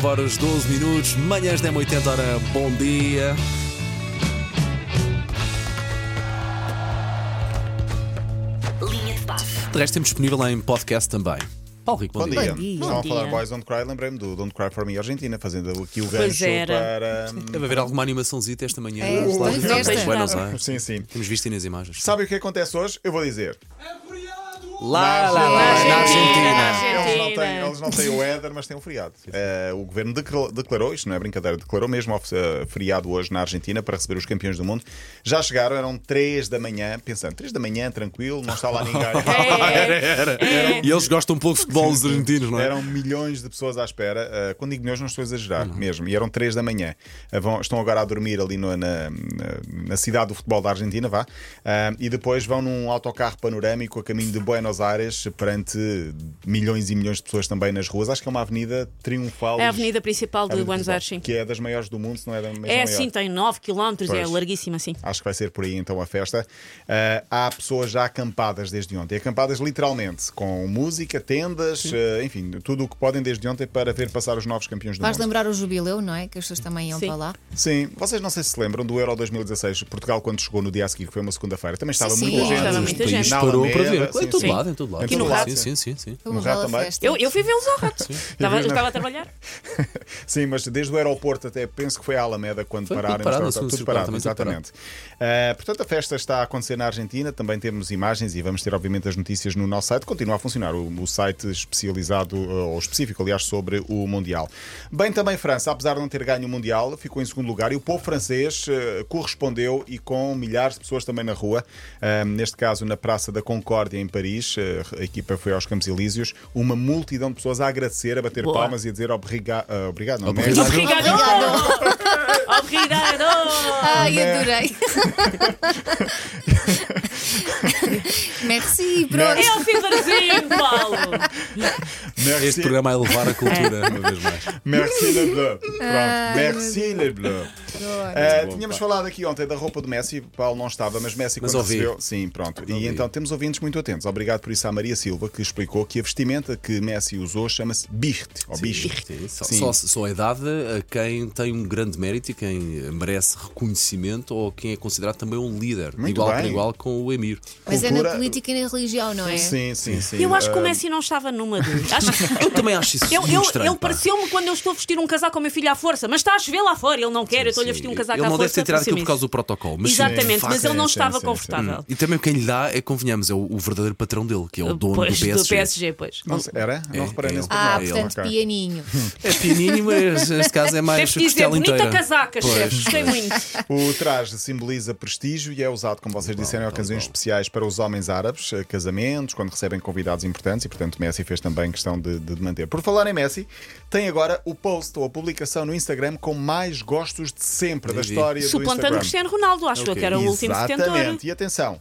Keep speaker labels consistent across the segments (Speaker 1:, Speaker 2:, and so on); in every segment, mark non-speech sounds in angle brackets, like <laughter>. Speaker 1: 9 horas 12 minutos, manhãs da 80 hora, bom dia.
Speaker 2: Linha de passe.
Speaker 1: De resto, temos disponível em podcast também. Paulo Rico, bom,
Speaker 3: Bom dia.
Speaker 4: Bom dia.
Speaker 3: Estavam a
Speaker 4: Bom
Speaker 3: falar
Speaker 4: dia.
Speaker 3: Boys Don't Cry, lembrei-me do Don't Cry for Me Argentina, fazendo aqui o
Speaker 4: Pois
Speaker 3: gancho
Speaker 4: era.
Speaker 3: para. hum,
Speaker 1: Deve haver alguma animaçãozita esta manhã.
Speaker 4: É,
Speaker 1: Lá
Speaker 4: pois
Speaker 1: de
Speaker 4: é, pois é.
Speaker 1: Buenos Aires.
Speaker 3: Sim, sim.
Speaker 1: Temos visto aí nas imagens.
Speaker 3: Sabe o que acontece hoje? Eu vou dizer.
Speaker 1: Lá, lá,
Speaker 3: Na
Speaker 1: lá, na Argentina.
Speaker 4: Argentina.
Speaker 3: Eles não têm, eles não têm o éder, mas têm o feriado. Eh, o governo declarou, declarou, isto não é brincadeira, declarou mesmo ofe- eh, feriado hoje na Argentina para receber os campeões do mundo. Já chegaram, eram 3 da manhã, pensando, 3 da manhã, tranquilo, não está
Speaker 4: <laughs>
Speaker 3: lá
Speaker 4: É
Speaker 3: ninguém.
Speaker 1: Era, era. E eles gostam um pouco de futebol, os argentinos, não é?
Speaker 3: Eram milhões de pessoas à espera. Ah, quando digo milhões, não estou a exagerar
Speaker 1: Uhum.
Speaker 3: mesmo. E eram 3 da manhã. Ah, vão- estão agora a dormir ali no- na, na- na cidade do futebol da Argentina, vá. Ah, e depois vão num autocarro panorâmico a caminho de Buenos Aires perante milhões e milhões de pessoas também nas ruas. Acho que é uma avenida triunfal.
Speaker 4: É a avenida principal de
Speaker 3: Avenida
Speaker 4: Buenos
Speaker 3: principal,
Speaker 4: Aires, sim.
Speaker 3: Que é das maiores do mundo, se não é da mesma
Speaker 4: É
Speaker 3: maior.
Speaker 4: assim, tem 9 km, é
Speaker 3: Pois.
Speaker 4: larguíssima assim.
Speaker 3: Acho que vai ser por aí então a festa. Ah, há pessoas já acampadas desde ontem. Acampadas literalmente, com música, tendas, ah, enfim, tudo o que podem desde ontem para ver passar os novos campeões do
Speaker 5: Vais
Speaker 3: mundo.
Speaker 5: lembrar o jubileu, não é? Que as pessoas também iam
Speaker 4: Sim.
Speaker 5: para lá.
Speaker 3: Sim, vocês não sei se se lembram do Euro 2016. Portugal, quando chegou no dia a seguir, que foi uma segunda-feira, também estava
Speaker 5: sim,
Speaker 3: muito
Speaker 5: claro.
Speaker 3: gente.
Speaker 4: Estava
Speaker 1: Os
Speaker 4: muita
Speaker 3: Na
Speaker 1: países
Speaker 4: gente.
Speaker 1: parou para
Speaker 3: Alameda,
Speaker 1: ver. Claro,
Speaker 3: sim,
Speaker 1: Em todo
Speaker 3: sim.
Speaker 1: lado, em todo lado.
Speaker 3: Em todo
Speaker 1: Sim,
Speaker 3: lado.
Speaker 1: Sim, sim, sim.
Speaker 5: Foi
Speaker 3: No
Speaker 5: uma
Speaker 3: Rato
Speaker 5: bela
Speaker 3: também.
Speaker 5: festa.
Speaker 4: Eu, eu fui vê-los ao rato. Estava,
Speaker 3: Eu vi
Speaker 1: né?
Speaker 4: eu
Speaker 3: na-
Speaker 4: estava a trabalhar.
Speaker 3: Sim, mas desde o aeroporto até penso que foi a Alameda quando
Speaker 1: Foi tudo
Speaker 3: pararam.
Speaker 1: parado,
Speaker 3: estava
Speaker 1: a segunda
Speaker 3: tudo
Speaker 1: circular também,
Speaker 3: parado,
Speaker 1: tudo
Speaker 3: exatamente. Ah, portanto, a festa está a acontecer na Argentina. Também temos imagens e vamos ter, obviamente, as notícias no nosso site. Continua a funcionar o, o site especializado, ah, ou específico, aliás, sobre o Mundial. Bem, também França, apesar de não ter ganho o Mundial, ficou em segundo lugar e o povo francês ah, correspondeu e com milhares de pessoas também na rua. Ah, neste caso, na Praça da Concórdia, em Paris, ah, a equipa foi aos Campos Elíseos. Uma multidão de pessoas a agradecer, a bater
Speaker 4: Boa.
Speaker 3: palmas e a dizer obriga- ah, obrigado. não,
Speaker 1: Obrigado.
Speaker 3: merda.
Speaker 4: Obrigado! Obrigado!
Speaker 5: Ai,
Speaker 3: é. <laughs>
Speaker 5: adorei. Merci, pronto.
Speaker 4: É o finalzinho, Paulo!
Speaker 3: Merci.
Speaker 1: Este programa é levar a cultura uma vez mais.
Speaker 3: Merci le
Speaker 4: <laughs>
Speaker 3: bleu. Pronto. Merci le bleu. Eh,
Speaker 1: bom,
Speaker 3: tínhamos falado aqui ontem da roupa do Messi. Paulo não estava, mas Messi
Speaker 1: Mas
Speaker 3: quando
Speaker 1: ouvi.
Speaker 3: recebeu. Sim, pronto. e
Speaker 1: Ouvi.
Speaker 3: então temos ouvintes muito atentos. Obrigado por isso à Maria Silva, que explicou que a vestimenta que Messi usou chama-se bicht. Ou bicht.
Speaker 1: Sim, Só,
Speaker 3: Sim.
Speaker 1: só, só é dada a quem tem um grande mérito e quem merece reconhecimento ou quem é considerado também um líder, de
Speaker 3: Muito
Speaker 1: igual para
Speaker 3: bem.
Speaker 1: igual com o Emir.
Speaker 5: Mas é
Speaker 3: Cultura-
Speaker 5: na política e na religião, não é?
Speaker 3: Sim, sim, sim.
Speaker 4: Eu acho que
Speaker 1: é.
Speaker 4: o
Speaker 3: Eh,
Speaker 4: Messi não estava numa de.
Speaker 1: <laughs>
Speaker 4: Acho que.
Speaker 1: Eu também acho isso
Speaker 4: Eu,
Speaker 1: muito
Speaker 4: eu-
Speaker 1: estranho.
Speaker 4: ele
Speaker 1: pá.
Speaker 4: pareceu-me quando eu estou a vestir um casaco ao meu filho à força, mas está a chover lá fora, ele não quer, eu estou-lhe a vestir um
Speaker 1: Sim,
Speaker 4: casaco
Speaker 1: Ele
Speaker 4: à
Speaker 1: não
Speaker 4: força.
Speaker 1: deve ter tirado aquilo por
Speaker 4: pareceu-me isso.
Speaker 1: causa do protocolo. Mas sim,
Speaker 4: Exatamente,
Speaker 1: de
Speaker 4: mas
Speaker 1: facto,
Speaker 4: ele não
Speaker 3: sim,
Speaker 4: estava
Speaker 3: sim,
Speaker 4: confortável.
Speaker 1: E também quem lhe dá é, convenhamos, é o, o verdadeiro patrão dele, que é o dono
Speaker 4: Eh, Pois,
Speaker 1: do PSG.
Speaker 4: pois.
Speaker 3: Não sei, era?
Speaker 1: É,
Speaker 3: não reparei
Speaker 1: é
Speaker 3: nesse
Speaker 1: ele.
Speaker 5: Ah,
Speaker 3: pormenor.
Speaker 5: portanto,
Speaker 3: Ok. <laughs>
Speaker 5: pianinho.
Speaker 1: É pequenininho, mas neste caso é mais
Speaker 4: Deve dizer,
Speaker 1: costela
Speaker 4: bonita
Speaker 1: inteira.
Speaker 4: casaca, chefe,
Speaker 1: Pois,
Speaker 4: gostei
Speaker 1: pois.
Speaker 4: muito.
Speaker 3: O traje simboliza prestígio e é usado, como vocês disseram, em ocasiões especiais para os homens árabes, eh, casamentos, quando recebem convidados importantes e, portanto, Messi fez também questão de, de manter. Por falar em Messi, tem agora o post ou a publicação no Instagram com mais gostos de sempre da
Speaker 1: vi.
Speaker 3: história do
Speaker 4: Suplantando
Speaker 3: Instagram.
Speaker 4: Cristiano Ronaldo, acho eu
Speaker 1: Ok.
Speaker 4: que era o último detentor.
Speaker 3: Exatamente. E atenção.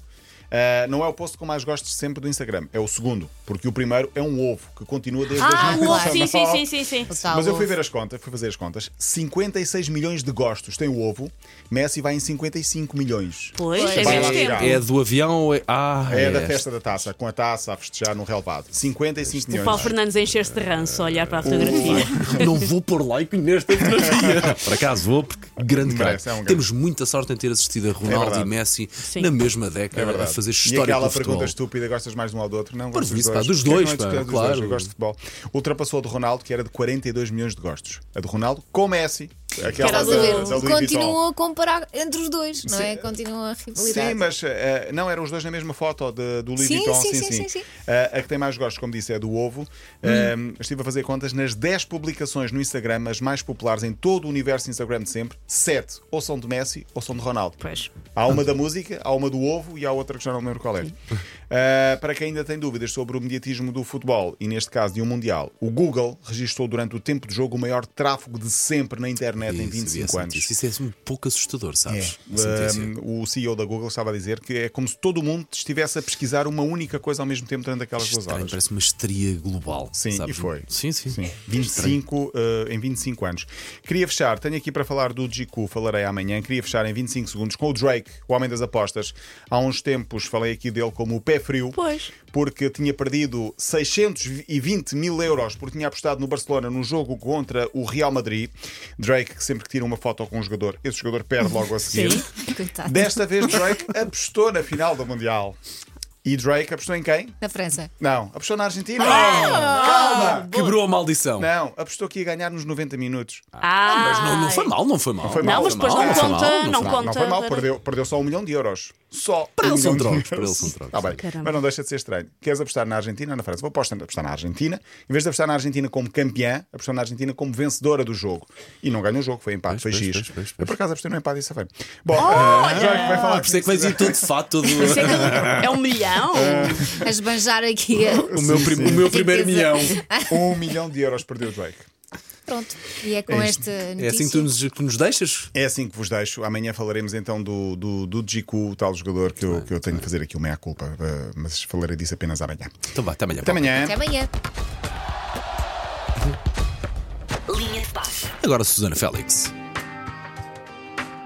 Speaker 3: eh, não é o post com mais gostos sempre do Instagram, é o segundo, porque o primeiro é um ovo que continua desde
Speaker 4: Ah,
Speaker 3: as
Speaker 4: o ovo, sim, sim, sim, sim, sim.
Speaker 5: Total,
Speaker 3: mas eu fui
Speaker 5: ovo.
Speaker 3: ver as contas, fui fazer as contas. 56 milhões de gostos tem o ovo. Messi vai em 55 milhões.
Speaker 4: Pois,
Speaker 5: Pois.
Speaker 4: é
Speaker 3: Vai
Speaker 4: menos
Speaker 3: lá
Speaker 4: tempo.
Speaker 3: virar.
Speaker 1: É do avião ou é. Ah,
Speaker 3: É da
Speaker 1: este.
Speaker 3: festa da taça, com a taça a festejar no relvado. 55
Speaker 4: O Paulo
Speaker 3: milhões.
Speaker 4: Fernandes a encher-se de ranço a olhar para a
Speaker 1: <laughs>
Speaker 4: fotografia.
Speaker 1: Não vou pôr like nesta fotografia. <laughs> Por acaso vou, porque grande
Speaker 3: Merece,
Speaker 1: craque.
Speaker 3: é um grande. É
Speaker 1: Temos muita sorte em ter assistido a Ronaldo e
Speaker 3: verdade. É
Speaker 1: Messi na mesma década a fazer
Speaker 3: e
Speaker 1: história com
Speaker 3: aquela
Speaker 1: o futebol.
Speaker 3: pergunta estúpida: gostas mais de um ou do outro? Não,
Speaker 1: Pois
Speaker 3: gosto dos
Speaker 1: isso,
Speaker 3: dois.
Speaker 1: pá, dos
Speaker 3: Porquê
Speaker 1: dois,
Speaker 3: que não é
Speaker 1: pá,
Speaker 3: discutir dos
Speaker 1: claro.
Speaker 3: dois? Eu gosto de futebol. Ultrapassou a do Ronaldo, que era de 42 milhões de gostos. A do Ronaldo com Messi. Aquela
Speaker 5: Quero
Speaker 3: da-
Speaker 5: saber.
Speaker 3: da Louis Vuitton.
Speaker 5: Continuam a comparar entre os dois, não é?
Speaker 3: Sim.
Speaker 5: Continua a rivalidade.
Speaker 3: Sim, mas eh, não eram os dois na mesma foto de, do Louis
Speaker 5: Sim,
Speaker 3: Vuitton.
Speaker 5: sim, sim, sim, Hum. sim.
Speaker 3: Eh, a que tem mais gostos, como disse, é do ovo. Eh, estive a fazer contas nas 10 publicações no Instagram, as mais populares em todo o universo Instagram de sempre. 7 ou são de Messi ou são de Ronaldo.
Speaker 4: Pois.
Speaker 3: Há uma da música, há uma do ovo e há outra que já não me lembro qual é. Ah, para quem ainda tem dúvidas sobre o mediatismo do futebol e neste caso de um mundial, o Google registrou durante o tempo de jogo o maior tráfego de sempre na internet em
Speaker 1: Isso, havia
Speaker 3: 25 anos.
Speaker 1: sentido. Isso é um pouco assustador, sabes?
Speaker 3: É.
Speaker 1: A sentir-se.
Speaker 3: Um, o CEO da Google estava a dizer que é como se todo o mundo estivesse a pesquisar uma única coisa ao mesmo tempo durante aquelas duas
Speaker 1: Estranho,
Speaker 3: horas.
Speaker 1: parece uma estria global.
Speaker 3: Sim,
Speaker 1: sabes?
Speaker 3: e foi.
Speaker 1: Sim, sim. É
Speaker 3: Sim,
Speaker 1: Estranho.
Speaker 3: 25, eh, em 25 anos. Queria fechar, tenho aqui para falar do GQ, falarei amanhã. Queria fechar em 25 segundos com o Drake, o homem das apostas. Há uns tempos falei aqui dele como o pé frio,
Speaker 4: Pois.
Speaker 3: porque tinha perdido 620 mil euros porque tinha apostado no Barcelona num jogo contra o Real Madrid. Drake, que sempre que tira uma foto com um jogador, esse jogador perde logo a seguir.
Speaker 5: Coitado.
Speaker 3: Desta vez, Drake apostou na final do Mundial. E Drake apostou em quem?
Speaker 5: Na França.
Speaker 3: Não, apostou na Argentina.
Speaker 1: Quebrou a maldição.
Speaker 3: Não, apostou que ia ganhar nos 90 minutos.
Speaker 4: Ah,
Speaker 1: Mas não, não foi mal, não foi mal.
Speaker 3: foi mal. Não, mas
Speaker 4: depois não
Speaker 1: foi
Speaker 4: conta,
Speaker 1: mal,
Speaker 4: não
Speaker 1: foi
Speaker 4: conta.
Speaker 1: mal.
Speaker 3: Não foi mal,
Speaker 4: Vera.
Speaker 3: perdeu, perdeu só um milhão de euros. Só um para
Speaker 1: eles são trocos, Então, para eles são trocos.
Speaker 3: Tá bem,
Speaker 4: Caramba.
Speaker 3: mas não deixa de ser estranho. Queres apostar na Argentina ou na França? Vou apostar, apostar na Argentina. Em vez de apostar na Argentina como campeã, apostou na Argentina como vencedora do jogo. E não ganhou o jogo, foi empate, foi
Speaker 1: Pois, pois,
Speaker 3: X.
Speaker 1: pois, pois, pois.
Speaker 3: Eu por acaso apostei no empate e safei. Bom, ah, já que vai falar
Speaker 1: Por isso é que vais ir todo de fato. todo-
Speaker 4: Isso é que- É um milhão?
Speaker 5: A esbanjar
Speaker 3: <laughs>
Speaker 5: aqui. a-
Speaker 1: O meu, prim- o meu primeiro
Speaker 5: Riqueza.
Speaker 1: milhão.
Speaker 3: <laughs> um milhão de euros perdeu o Drake.
Speaker 5: Pronto. E é com
Speaker 3: É
Speaker 5: esta notícia.
Speaker 1: É assim que tu nos, que nos deixas?
Speaker 3: É assim que vos deixo. Amanhã falaremos então do, do, do GQ, o tal jogador que eu, que eu tenho de fazer aqui o meia-culpa, eh, mas falarei disso apenas amanhã.
Speaker 1: Então vá, até amanhã.
Speaker 3: Até amanhã.
Speaker 5: Até amanhã.
Speaker 2: Linha de passe.
Speaker 1: Agora, Susana Félix.